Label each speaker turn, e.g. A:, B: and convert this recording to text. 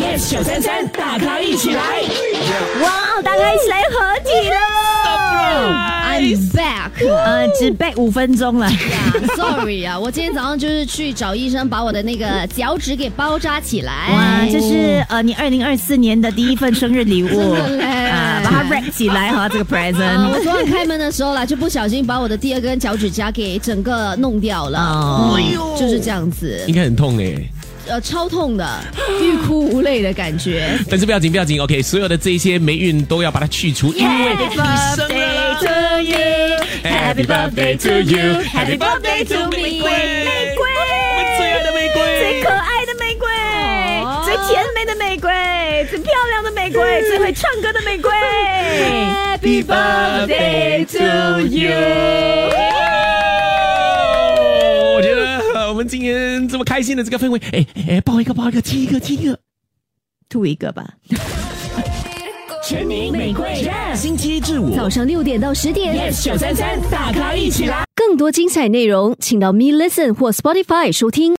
A: yes 九三三，大咖一起来。
B: 哇，大家一起来合体了
C: I'm back
B: 呃，只背五分钟了，
C: 呀，Sorry 啊，我今天早上就是去找医生，把我的那个脚趾给包扎起
B: 哇，
C: 来。
B: 这是呃你二零二四年的第一份生日礼物，
C: 真的嘞
B: 啊，把它 wrap 起来哈，这个
C: 啊，我
B: present。
C: 昨晚开门的时候啦，就不小心把我的第二根脚趾甲给整个弄掉了，嗯
B: 哦，
C: 就是这样子
D: 应，该很痛哎、
C: 呃，超痛的，欲哭无泪的感觉。
D: 但是不要紧，不要紧，OK，所有的这些霉运都要把它去除，因为你生日了。
B: to you,
D: Happy birthday to you, happy
B: birthday
D: to 玫瑰
B: 玫瑰，
D: 我们最爱的玫瑰
B: 最可爱的玫瑰
C: 哦，
B: 最甜美的玫瑰，最漂亮的玫瑰，最会唱歌的玫瑰。
C: Happy
D: birthday to you 我觉得呃我们今天这么开心的这个氛围，哎哎哎，抱一个，抱一个，亲一个，亲一个。
B: 吐一个吧。
A: 全民玫瑰
D: 星期一至五
C: 早上六点到十点，
A: yes 九三三，大咖一起来。
C: 更多精彩内容，请到 Me Listen 或 Spotify 收听。